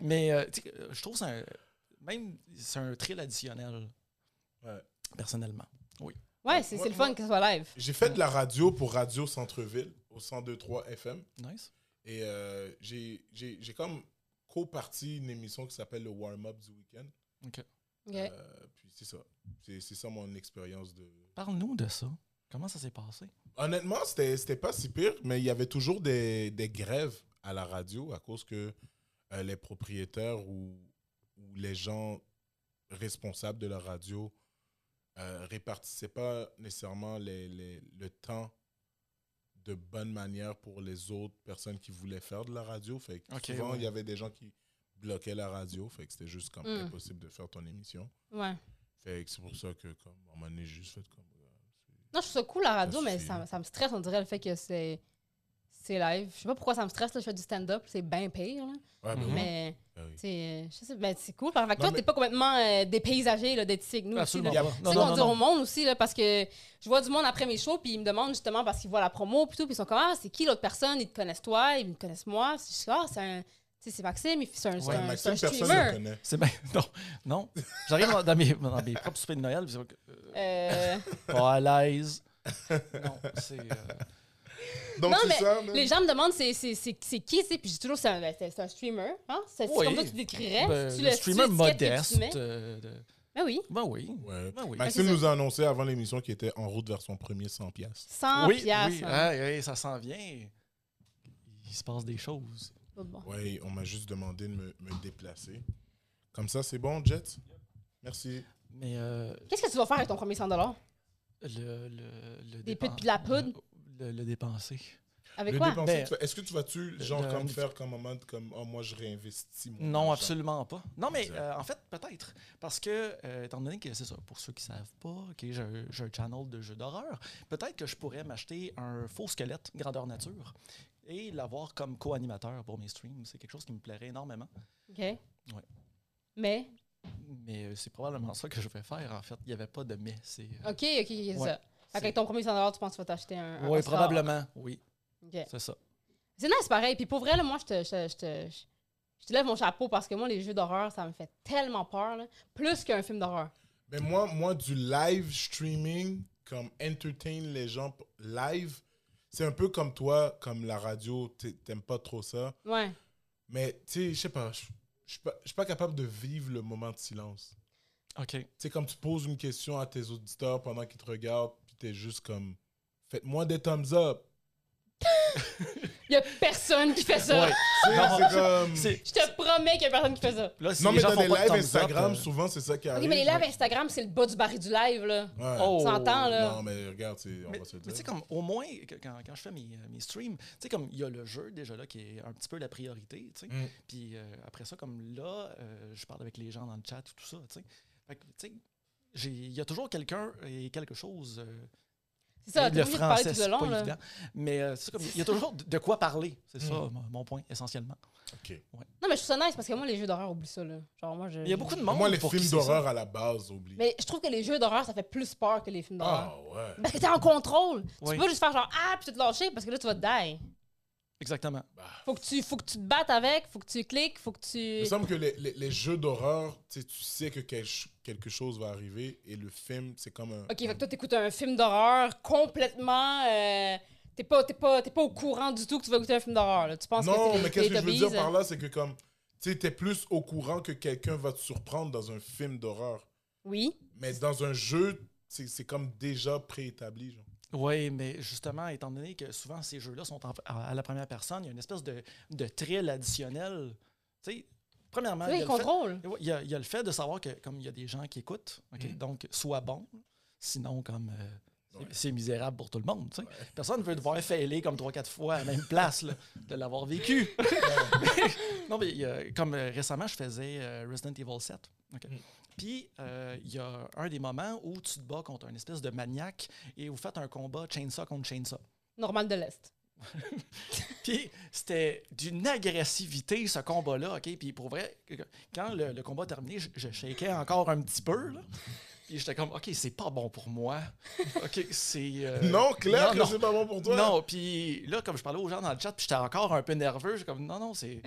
Mais euh, tu sais, euh, je trouve que c'est un, même c'est un thrill additionnel.
Ouais.
Personnellement.
Ouais, c'est
Moi-
c'est le fun
moi-
que ce soit live.
J'ai fait de la radio pour Radio Centre-Ville au 102.3 FM.
Nice.
Et euh, j'ai j'ai- j'ai comme co-parti une émission qui s'appelle le Warm-Up du Week-end.
OK.
Euh, puis c'est ça. C'est c'est ça mon expérience de...
Parle-nous de ça. Comment ça s'est passé?
Honnêtement, c'était c'était pas si pire, mais il y avait toujours des, des grèves à la radio à cause que euh, les propriétaires ou, ou les gens responsables de la radio euh, répartissaient pas nécessairement les- les- le temps de bonne manière pour les autres personnes qui voulaient faire de la radio. Fait que
Ok,
souvent, il
ouais.
y avait des gens qui bloquaient la radio. Fait que c'était juste comme
Mm.
impossible de faire ton émission.
Ouais.
Fait que c'est pour ça que, comme, à un moment donné, j'ai juste fait comme... euh,
Non, je trouve ça cool, la radio,
Ça
mais
suffit.
ça, ça me stresse, on dirait, le fait que c'est c'est live. Je sais pas pourquoi ça me stresse, là, je fais du stand-up, c'est bien pire, là.
Ouais, ben
Mhm.
oui,
Mm-hmm. Mais,
ben oui.
tu sais, euh, je sais, ben, c'est cool. Fait que toi,
Non, mais-
t'es pas complètement euh, dépaysagé, là, d'être ici avec nous. aussi,
Absolument
là.
pas.
C'est ça qu'on dit au monde aussi, là, parce que je vois du monde après mes shows, puis ils me demandent justement parce qu'ils voient la promo, puis tout, puis ils sont comme Ah, c'est qui l'autre personne Ils te connaissent toi, ils me connaissent moi. Je suis Ah, c'est un. Tu sais, c'est Maxime, il- c'est un, c'est
Ouais,
un-
Maxime,
c'est un
personne ne le
streamer.
connaît.
C'est bien. Non, non. J'arrive dans, dans mes, dans mes propres soupers de Noël. puis c'est vrai que, euh,
Euh,
pas à l'aise. Non, c'est. euh,
Donc,
Non,
c'est
mais
ça, man.
les gens me demandent c'est c'est- c'est- c'est qui, tu sais, puis je dis toujours c'est un, ben, c'est- c'est un streamer. Hein? C'est c'est
Oui.
comme ça que tu décrirais.
ben,
tu
le
tu
streamer
l'étiquettes que tu
modeste.
mets.
euh, de-
Ben oui,
ben oui.
Ouais.
Ben oui.
Maxime
Ouais, c'est
nous a annoncé avant l'émission qu'il était en route vers son premier 100 piastres.
100
oui,
piastres.
oui,
hein.
ah, oui, ça s'en vient. Il se passe des choses.
Pas bon.
Ouais, on m'a juste demandé de me, me déplacer. Comme ça, c'est bon, Jet? Merci.
Mais euh,
Qu'est-ce que tu vas faire avec ton premier 100
le, le, le
Des
dépen-
putes pis de la poudre?
Le, le- le dépenser.
Avec
Le
quoi?
dépenser,
Ben,
tu fais- est-ce que tu vas-tu, genre,
le-
comme faire comme un mode comme, oh, moi, je réinvestis mon
Non,
argent.
absolument pas. Non, mais
Exact.
euh, en fait, peut-être. Parce que, euh, étant donné que, c'est ça, pour ceux qui savent pas, ok, j'ai un- j'ai un channel de jeux d'horreur, peut-être que je pourrais m'acheter un faux squelette grandeur nature et l'avoir comme co-animateur pour mes streams. C'est quelque chose qui me plairait énormément.
OK. Mais,
Mais euh, c'est probablement ça que je vais faire, en fait. Il n'y avait pas de mais. C'est. euh,
OK, OK, ok, c'est
Ouais.
ça. Fait qu'avec ton premier 100 tu penses que tu vas t'acheter un. un
Oui,
Oscar.
probablement. Oui,
OK.
c'est ça.
C'est nice pareil. Puis pour vrai, là, moi, je te, je, te- je te- je- je te lève mon chapeau parce que moi, les jeux d'horreur, ça me fait tellement peur, là. plus qu'un film d'horreur.
Mais moi, moi, du live streaming, comme entertain les gens p- live, c'est un peu comme toi, comme la radio, t'es- t'aimes pas trop ça.
Ouais.
Mais, tu sais, je sais pas, je je suis pas, je suis pas capable de vivre le moment de silence.
OK.
Tu sais, comme tu poses une question à tes auditeurs pendant qu'ils te regardent, puis t'es juste comme, faites-moi des thumbs up.
Il y a personne qui fait ça.
Ouais.
Tu sais,
Non.
c'est comme.
C'est-
Je te promets qu'il y a personne qui fait ça.
Là, si
Non,
les
mais
gens
dans
font
les
pas de
lives
thumbs up,
Instagram,
euh,
souvent, c'est ça qui
OK,
arrive.
mais les lives Instagram, c'est le bas du baril du live, là.
Ouais.
Oh.
On s'entend, là.
Non, mais regarde, c'est- on
Mais,
va se le
mais tu sais,
dire.
comme au moins, que- quand, quand je fais mes, euh, mes streams, tu sais, comme il y a le jeu déjà là qui est un petit peu la priorité, tu sais.
Mm.
Puis euh, après ça, comme là, euh, je parle avec les gens dans le chat ou tout ça, tu sais. Fait que, tu sais, j'ai- il y a toujours quelqu'un et quelque chose. euh,
C'est ça,
et
t'es
le
obligé de parler
français,
tout le
c'est
long,
pas
là.
évident. Mais euh, c'est comme, il y a toujours de- de quoi parler. C'est ça,
Mm.
mon- mon point, essentiellement.
Ok.
Non, mais je trouve ça nice parce que moi, les jeux d'horreur, oublie ça, là. Genre, moi, je.
Il y a beaucoup de monde.
Moi, les
pour qui
films
c'est ça.
d'horreur à la base, oublie.
Mais hein. je trouve que les jeux d'horreur, ça fait plus peur que les films d'horreur.
Ah ouais.
Parce que t'es en contrôle.
Oui.
Tu peux pas juste faire genre ah puis tu te lâcher parce que là tu vas te die.
Exactement.
Faut que tu faut que tu te battes avec, faut que tu cliques, faut que
Il me
tu
semble que les, les- les jeux d'horreur, tu sais, tu sais que quel- quelque chose va arriver et le film, c'est comme un.
OK, fait que toi t'écoutes un film d'horreur complètement euh, t'es pas t'es pas t'es pas au courant du tout que tu vas écouter un film d'horreur là. Tu penses
non,
que
mais
c'est
qu'est-ce
les- hein.
que je veux
les
dire
Teletubbies.
par là, c'est que comme. Tu sais, t'es plus au courant que quelqu'un va te surprendre dans un film d'horreur.
euh, Oui.
Mais dans un jeu, c'est c'est comme déjà préétabli. genre.
Oui, mais justement, étant donné que souvent ces jeux-là sont en- à, à la première personne, il y a une espèce de, de thrill additionnel. Tu sais, premièrement,
Tu
il y,
vois, ils
a le fait-
contrôlent.
Ouais, il y a- il y a le fait de savoir que, comme il y a des gens qui écoutent, ok,
Mhm.
donc soit bon, sinon, comme. euh, c'est-
Ouais.
C'est misérable pour tout le monde. tu sais. Personne ne veut devoir failer comme 3-4 fois à la même place là, de l'avoir vécu. non, mais il y a- comme euh, récemment, je faisais euh, Resident Evil 7. ok.
Mm.
Puis, euh, il y a un des moments où tu te bats contre un espèce de maniaque et vous faites un combat chainsaw contre chainsaw.
Normal de l'Est.
Puis c'était d'une agressivité ce combat-là, OK? Puis pour vrai, que- que- quand le, le combat terminé, je, je shakeais encore un petit peu, là. Puis j'étais comme, OK, c'est pas bon pour moi. OK, c'est. euh,
non, clair
non,
que c'est pas bon pour toi.
Non, puis là, comme je parlais aux gens dans le chat, puis j'étais encore un peu nerveux, j'étais comme, non, non, c'est.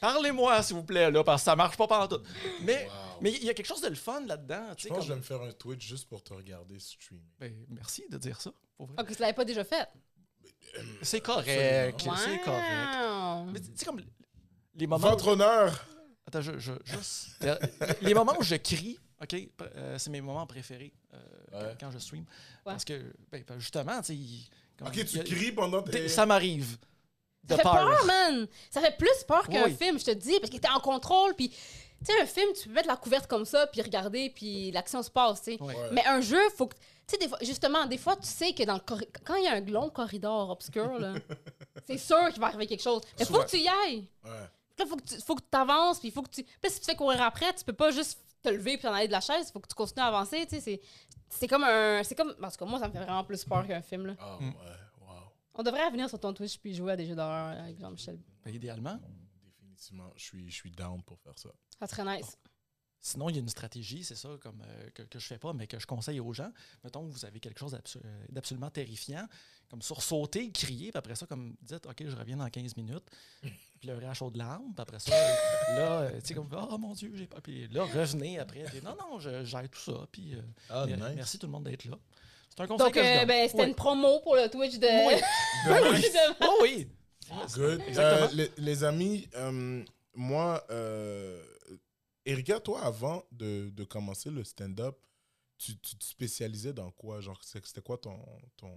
Parlez-moi, s'il vous plaît, là, parce que ça marche pas pendant tout. Mais
Wow.
mais il y a quelque chose de le fun là-dedans,
Je
tu sais.
pense que je
comme-
vais me faire un Twitch juste pour te regarder streamer.
Ben, merci de dire ça, pour vrai.
Ah,
OK, tu l'avais pas déjà fait.
C'est correct,
Absolument.
c'est correct.
Wow.
Mais tu sais, comme les moments. où-
Votre honneur!
Attends, je, je- juste. Euh, les moments où je crie, OK, euh, c'est mes moments préférés euh,
Ouais.
quand, quand je stream. Parce que, ben, ben, justement, tu sais. il- comme-
Ok,
il y
tu
a-
cries pendant
t'es-
tes.
Ça m'arrive. De
Ça fait
peur.
peur, man! Ça fait plus peur qu'un
Oui.
film, je te dis, parce que t'es en contrôle, puis... Tu sais, un film, tu peux mettre la couverte comme ça, puis regarder, puis l'action se passe, tu sais.
Ouais.
Ouais.
Mais un jeu, faut que... Tu sais, des fois- justement, des fois, tu sais que dans le corri- quand il y a un long corridor obscur, là, c'est sûr qu'il va arriver quelque chose. Mais faut
Souvent.
que tu y ailles.
Ouais.
Là, faut que tu faut que t'avances, puis faut que tu... Puis là, si tu te fais courir après, tu peux pas juste te lever puis t'en aller de la chaise. Faut que tu continues à avancer, tu sais. c'est- C'est comme un... C'est comme... En tout cas, moi, ça me fait vraiment plus peur qu'un film, là.
Ah
Mm.
ouais, wow.
On devrait venir sur ton Twitch puis jouer à des jeux d'horreur euh, avec Jean-Michel.
Ben, idéalement.
Définitivement, je suis, je suis down pour faire ça.
Ça serait nice.
Sinon, il y a une stratégie, c'est ça, comme euh, que, que je fais pas, mais que je conseille aux gens. Mettons que vous avez quelque chose d'absu- euh, d'absolument terrifiant, comme sursauter, crier, puis après ça, comme dites, OK, je reviens dans 15 minutes, pleurer à chaudes larmes, puis après ça, euh, là, euh, tu sais, comme, oh mon Dieu, j'ai pas. Puis là, revenez après, puis non, non, je- gère tout ça, puis euh,
Ah,
mer-
nice.
merci tout le monde d'être là. C'est un conseil
Donc,
que je
euh,
donne.
ben, c'était euh,
Oui.
une promo pour le Twitch de.
Oui. Ben oui.
de-
Oh oui!
Good. Euh,
Exactement.
les, les amis, euh, moi, euh, Erika, toi, avant de, de commencer le stand-up, tu, tu te spécialisais dans quoi Genre, c'est- c'était quoi ton, ton,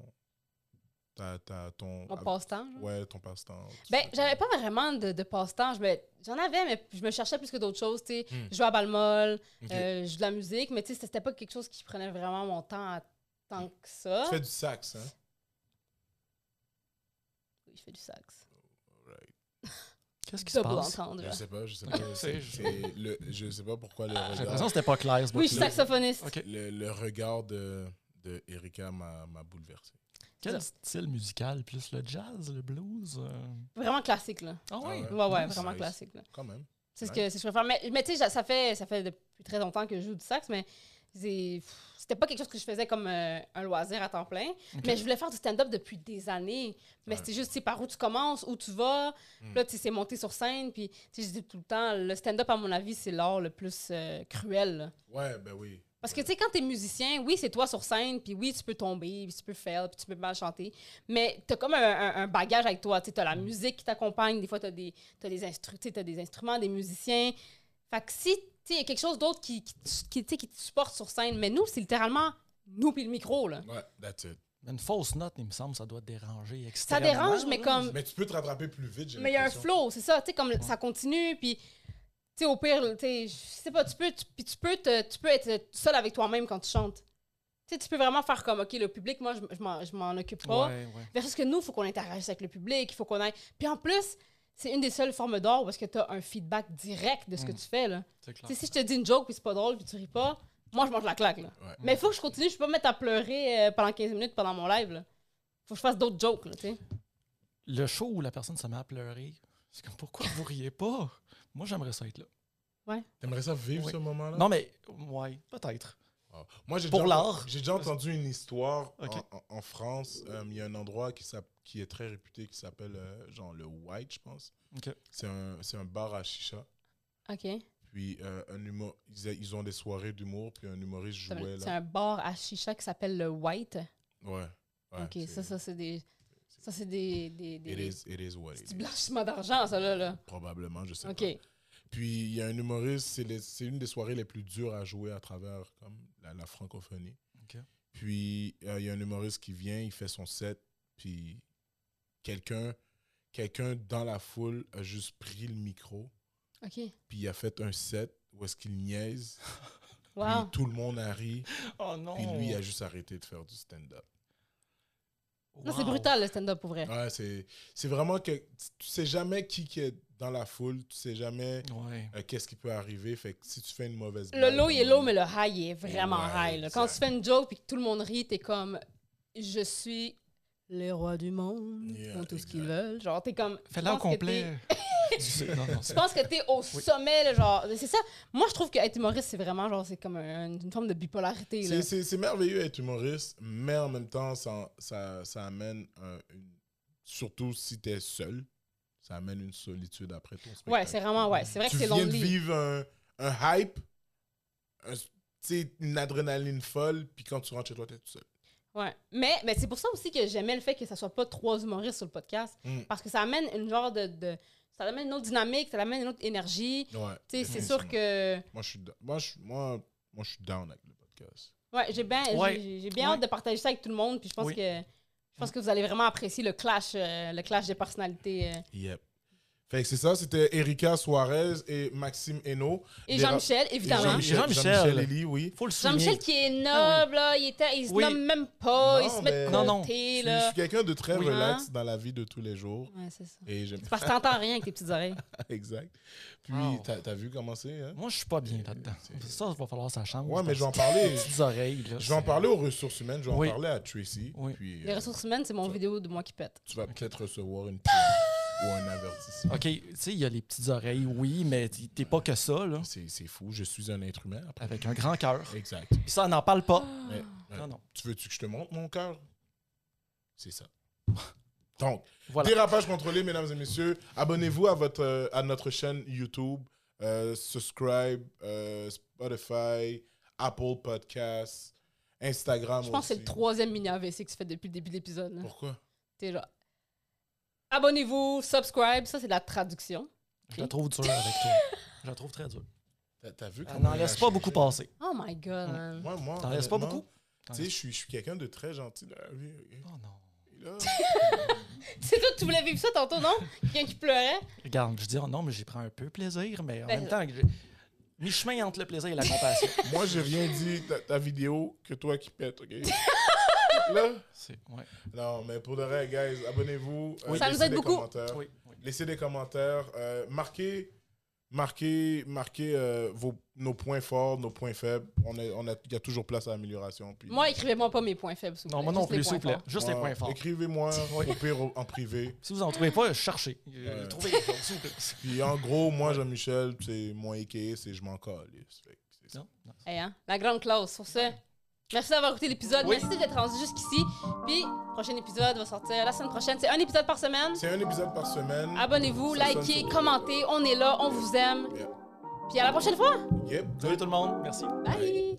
T'as, t'as ton.
Mon passe-temps. là.
Ouais, ton passe-temps. Tu
Ben,
fais ça.
j'avais pas vraiment de, de passe-temps. Je me- J'en avais, mais je me cherchais plus que d'autres choses. tu sais.
Hmm.
Je jouais à balle molle,
Ok.
euh, je jouais de la musique, mais tu sais, c'était pas quelque chose qui prenait vraiment mon temps à- tant que ça.
Tu fais du sax, hein?
Oui, je fais du sax.
Right.
Qu'est-ce qui se
Ça pour
passe?
l'entendre.
Je sais pas, je sais pas. c'est-
je- Ah,
c'est le- je sais pas pourquoi le
J'ai l'impression
regard.
que c'était pas clair, ce
Oui, je suis
bout-là.
saxophoniste.
Ok.
Le, le regard de, de Erika m'a, m'a bouleversé.
Quel
Ça.
style musical? Plus le jazz, le blues? euh?
Vraiment classique, là.
Ah oui?
ouais.
Ouais, ouais,
Nice.
vraiment
Nice.
classique, là.
Quand même.
C'est ce que, c'est ce que je préfère. Mais, mais tu sais, ça fait, ça fait depuis très longtemps que je joue du sax, mais c'est- pff, c'était pas quelque chose que je faisais comme euh, un loisir à temps plein. Mais je voulais faire du stand-up depuis des années. Mais
Ouais.
c'était juste, tu sais, par où tu commences, où tu vas.
Mm.
Puis Là, tu sais, c'est monter sur scène. Puis, tu sais, je dis tout le temps, le stand-up, à mon avis, c'est l'art le plus euh, cruel. là.
Ouais, ben oui.
Parce que, tu sais, quand t'es musicien, oui, c'est toi sur scène, puis oui, tu peux tomber, puis tu peux fail, puis tu peux mal chanter, mais t'as comme un, un- un bagage avec toi. Tu sais, t'as la musique qui t'accompagne, des fois, t'as des, t'as des, instru- tu sais, t'as des instruments, des musiciens. Fait que si, tu sais, il y a quelque chose d'autre qui, qui, te- qui, tu sais, qui te supporte sur scène, mais nous, c'est littéralement nous puis le micro, là.
Ouais, that's it.
Une fausse note, il me semble, ça doit déranger
Ça
extrêmement.
dérange, mais
là.
comme...
Mais tu peux te rattraper plus vite, j'ai
Mm. Mais il y a un
l'impression.
flow, c'est ça, tu sais, comme ça continue, puis... Tu sais, au pire, tu sais, je sais pas, tu peux, tu, puis tu peux, te- tu peux être seul avec toi-même quand tu chantes. Tu sais, tu peux vraiment faire comme, OK, le public, moi, je- je m'en- je m'en occupe pas.
Ouais, ouais.
Versus que nous, il faut qu'on interagisse avec le public, il faut qu'on aille. Puis en plus, c'est une des seules formes d'art où est-ce que tu as un feedback direct de ce que
Mm.
tu fais. Là.
C'est
Tu
clair.
sais, si je te dis une joke puis c'est pas drôle puis tu ris pas, moi, je mange la claque. Là.
Ouais.
Mais il faut que je continue, je peux pas me mettre à pleurer euh, pendant 15 minutes pendant mon live. Là. Faut que je fasse d'autres jokes. Là, tu sais.
Le show où la personne se met à pleurer, c'est comme pourquoi vous riez pas? Moi, j'aimerais ça être là.
T'aimerais ça vivre
Oui.
ce moment-là?
Non, mais, ouais, peut-être.
Ah. Moi, j'ai
Pour
déjà-
l'art.
J'ai déjà entendu une histoire en-
Ok.
en, en France. Euh, Il y a un endroit qui, s'app- qui est très réputé qui s'appelle euh, genre le White, je pense.
Ok.
C'est un, c'est un bar à chicha.
OK.
Puis euh, un humour, ils, a- ils ont des soirées d'humour, puis un humoriste
C'est
jouait
un- c'est
là.
un bar à chicha qui s'appelle le White.
Ouais. ouais,
OK,
c'est-
ça, ça, c'est des. Ça, c'est des. des,
It
des...
is, it is what
C'est
it
du
is.
blanchiment d'argent, ça, là. là.
Probablement, je sais
OK.
pas. Puis il y a un humoriste, c'est les- c'est une des soirées les plus dures à jouer à travers comme la, la francophonie.
Ok.
Puis euh, il y a un humoriste qui vient, il fait son set, puis quelqu'un quelqu'un dans la foule a juste pris le micro,
OK.
puis il a fait un set où est-ce qu'il niaise,
Wow.
puis tout le monde a ri,
Oh non!
puis lui il a juste arrêté de faire du stand-up.
Non, c'est
Wow.
brutal, le stand-up, pour vrai.
Ouais, c'est c'est vraiment que tu- tu sais jamais qui, qui est dans la foule, tu sais jamais
Ouais.
euh, qu'est-ce qui peut arriver, fait que si tu fais une mauvaise
Le
blague,
low, il est
on-
low, mais le high, il est vraiment
Ouais,
high. là. Quand tu
exact.
fais une joke et que tout le monde rit, t'es comme Je suis le roi du monde, ils
Yeah,
font tout ce
exact.
qu'ils veulent. Genre, t'es comme.
Fais-le au
je pense que t'es-
complet. C'est- non, non,
Je
c'est-
pense que t'es au sommet, là, genre. C'est ça. Moi, je trouve qu'être humoriste, c'est vraiment, genre, c'est comme un- une forme de bipolarité.
C'est-
Là.
C'est c'est merveilleux être humoriste, mais en même temps, ça, ça, ça amène un- une- Surtout si t'es seul, ça amène une solitude après ton spectacle.
Ouais, c'est vraiment, ouais. C'est vrai
Tu
que c'est
viens de
lonely.
vivre un, un hype, un- tu sais, une adrénaline folle, puis quand tu rentres chez toi, t'es tout seul.
Ouais. Mais, mais c'est pour ça aussi que j'aimais le fait que ça soit pas trois humoristes sur le podcast.
Mm.
Parce que ça amène une genre de. de- ça amène une autre dynamique, ça amène une autre énergie.
Ouais,
Tu sais, c'est
définitivement.
sûr que.
Moi, je suis, da- moi, je, moi, moi, je suis down avec le podcast.
Ouais, j'ai bien
Ouais.
j'ai- j'ai bien
Ouais.
hâte de partager ça avec tout le monde puis je pense
Oui.
que je pense que vous allez vraiment apprécier le clash euh, le clash des personnalités euh.
Yep. Fait que c'est ça, c'était Erika Suarez et Maxime Hainaut.
et
Des
Jean-Michel
Et
évidemment.
Jean-Michel.
Elie, oui.
Faut le souligner.
Jean-Michel qui est noble, là, il, était, il se
Oui.
nomme même pas, il
Non,
Oh, se met de
mais-
Non, non.
Je
côté.
suis- je
Là.
suis quelqu'un de très
Oui.
relax dans la vie de tous les jours.
Ouais, c'est ça.
Et j'aime
C'est Parce que t'entends rien avec tes petites oreilles.
exact. Puis,
Wow.
t'as t'as vu comment c'est, hein?
Moi, je suis pas bien là-dedans.
C'est-
Ça, il va falloir que ça change.
Ouais, mais je vais en
parce
parler.
que Petites oreilles, là.
Je vais en
c'est-
parler aux ressources humaines, je vais
Oui.
en parler à Tracy.
Oui.
Puis,
Les
euh,
ressources humaines, c'est mon vidéo de moi qui pète.
tu vas peut-être recevoir une pub ou un avertissement.
OK, tu sais, il y a les petites oreilles, oui, mais t- t'es pas que ça, là.
C'est c'est fou, je suis un être humain après.
Avec un grand cœur.
Exact.
Puis ça, on n'en parle pas.
Ah.
Mais- mais
Non, non.
tu veux-tu que je te montre mon cœur? C'est ça. Donc,
Voilà.
Dérapage contrôlé, mesdames et messieurs. Abonnez-vous à, votre, euh, à notre chaîne YouTube. Euh, subscribe, euh, Spotify, Apple Podcasts, Instagram
Je pense que c'est
Ah, aussi.
le hein. troisième mini AVC que tu fais depuis le début de l'épisode. là.
Pourquoi?
T'es genre, Abonnez-vous, subscribe, ça c'est de la traduction.
Je la trouve dure avec toi. Je la trouve très dure.
T'as- T'as vu
Elle
comment
n'en
il a
laisse pas
changé?
beaucoup passer.
Oh my god. man.
Moi, moi.
T'en laisses pas
honnêtement,
beaucoup?
Tu sais, je suis, je suis quelqu'un de très gentil. dans la vie, ok?
Oh non.
Il là.
C'est toi, tu voulais vivre ça tantôt, non? Quelqu'un qui pleurait?
Regarde, je dis, oh non, mais j'y prends un peu plaisir, mais en
Ben,
même temps, que j'ai- mi-chemin entre le plaisir et la compassion.
Moi, j'ai rien dit ta, ta vidéo que toi qui pète, OK? là?
C'est- ouais.
Non, mais pour de vrai, guys, abonnez-vous. euh,
Ça nous
laissez
aide
des
beaucoup.
commentaires.
Oui, oui.
Laissez des commentaires. euh, marquez marquez, marquez euh, vos, nos points forts, nos points faibles. On a, on a, il y a toujours place à amélioration. puis-
Moi, écrivez-moi pas mes points faibles, s'il vous
Non,
plaît.
moi non
Juste les
plus, s'il
points
vous plaît.
forts.
Juste les
Ouais,
points forts.
Écrivez-moi, au pire, au- en privé.
Si vous en trouvez pas, cherchez. Euh,
Ouais.
Trouvez quelque chose, s'il vous plaît.
Puis en gros, moi, Jean-Michel, c'est mon IKEA, c'est je m'en colle. Fait que c'est ça.
Non, non.
Eh, hein, La grande classe, sur ça. Merci d'avoir écouté l'épisode.
Oui.
Merci d'être rendu jusqu'ici. Puis, prochain épisode va sortir la semaine prochaine. C'est un épisode par semaine.
C'est un épisode par semaine.
Ah, bah.
Abonnez-vous,
Ça sonne
likez,
sur-
commentez. On est là, on vous aime.
Yeah.
Puis à la prochaine fois.
Yep,
Salut tout le monde. Merci.
Bye.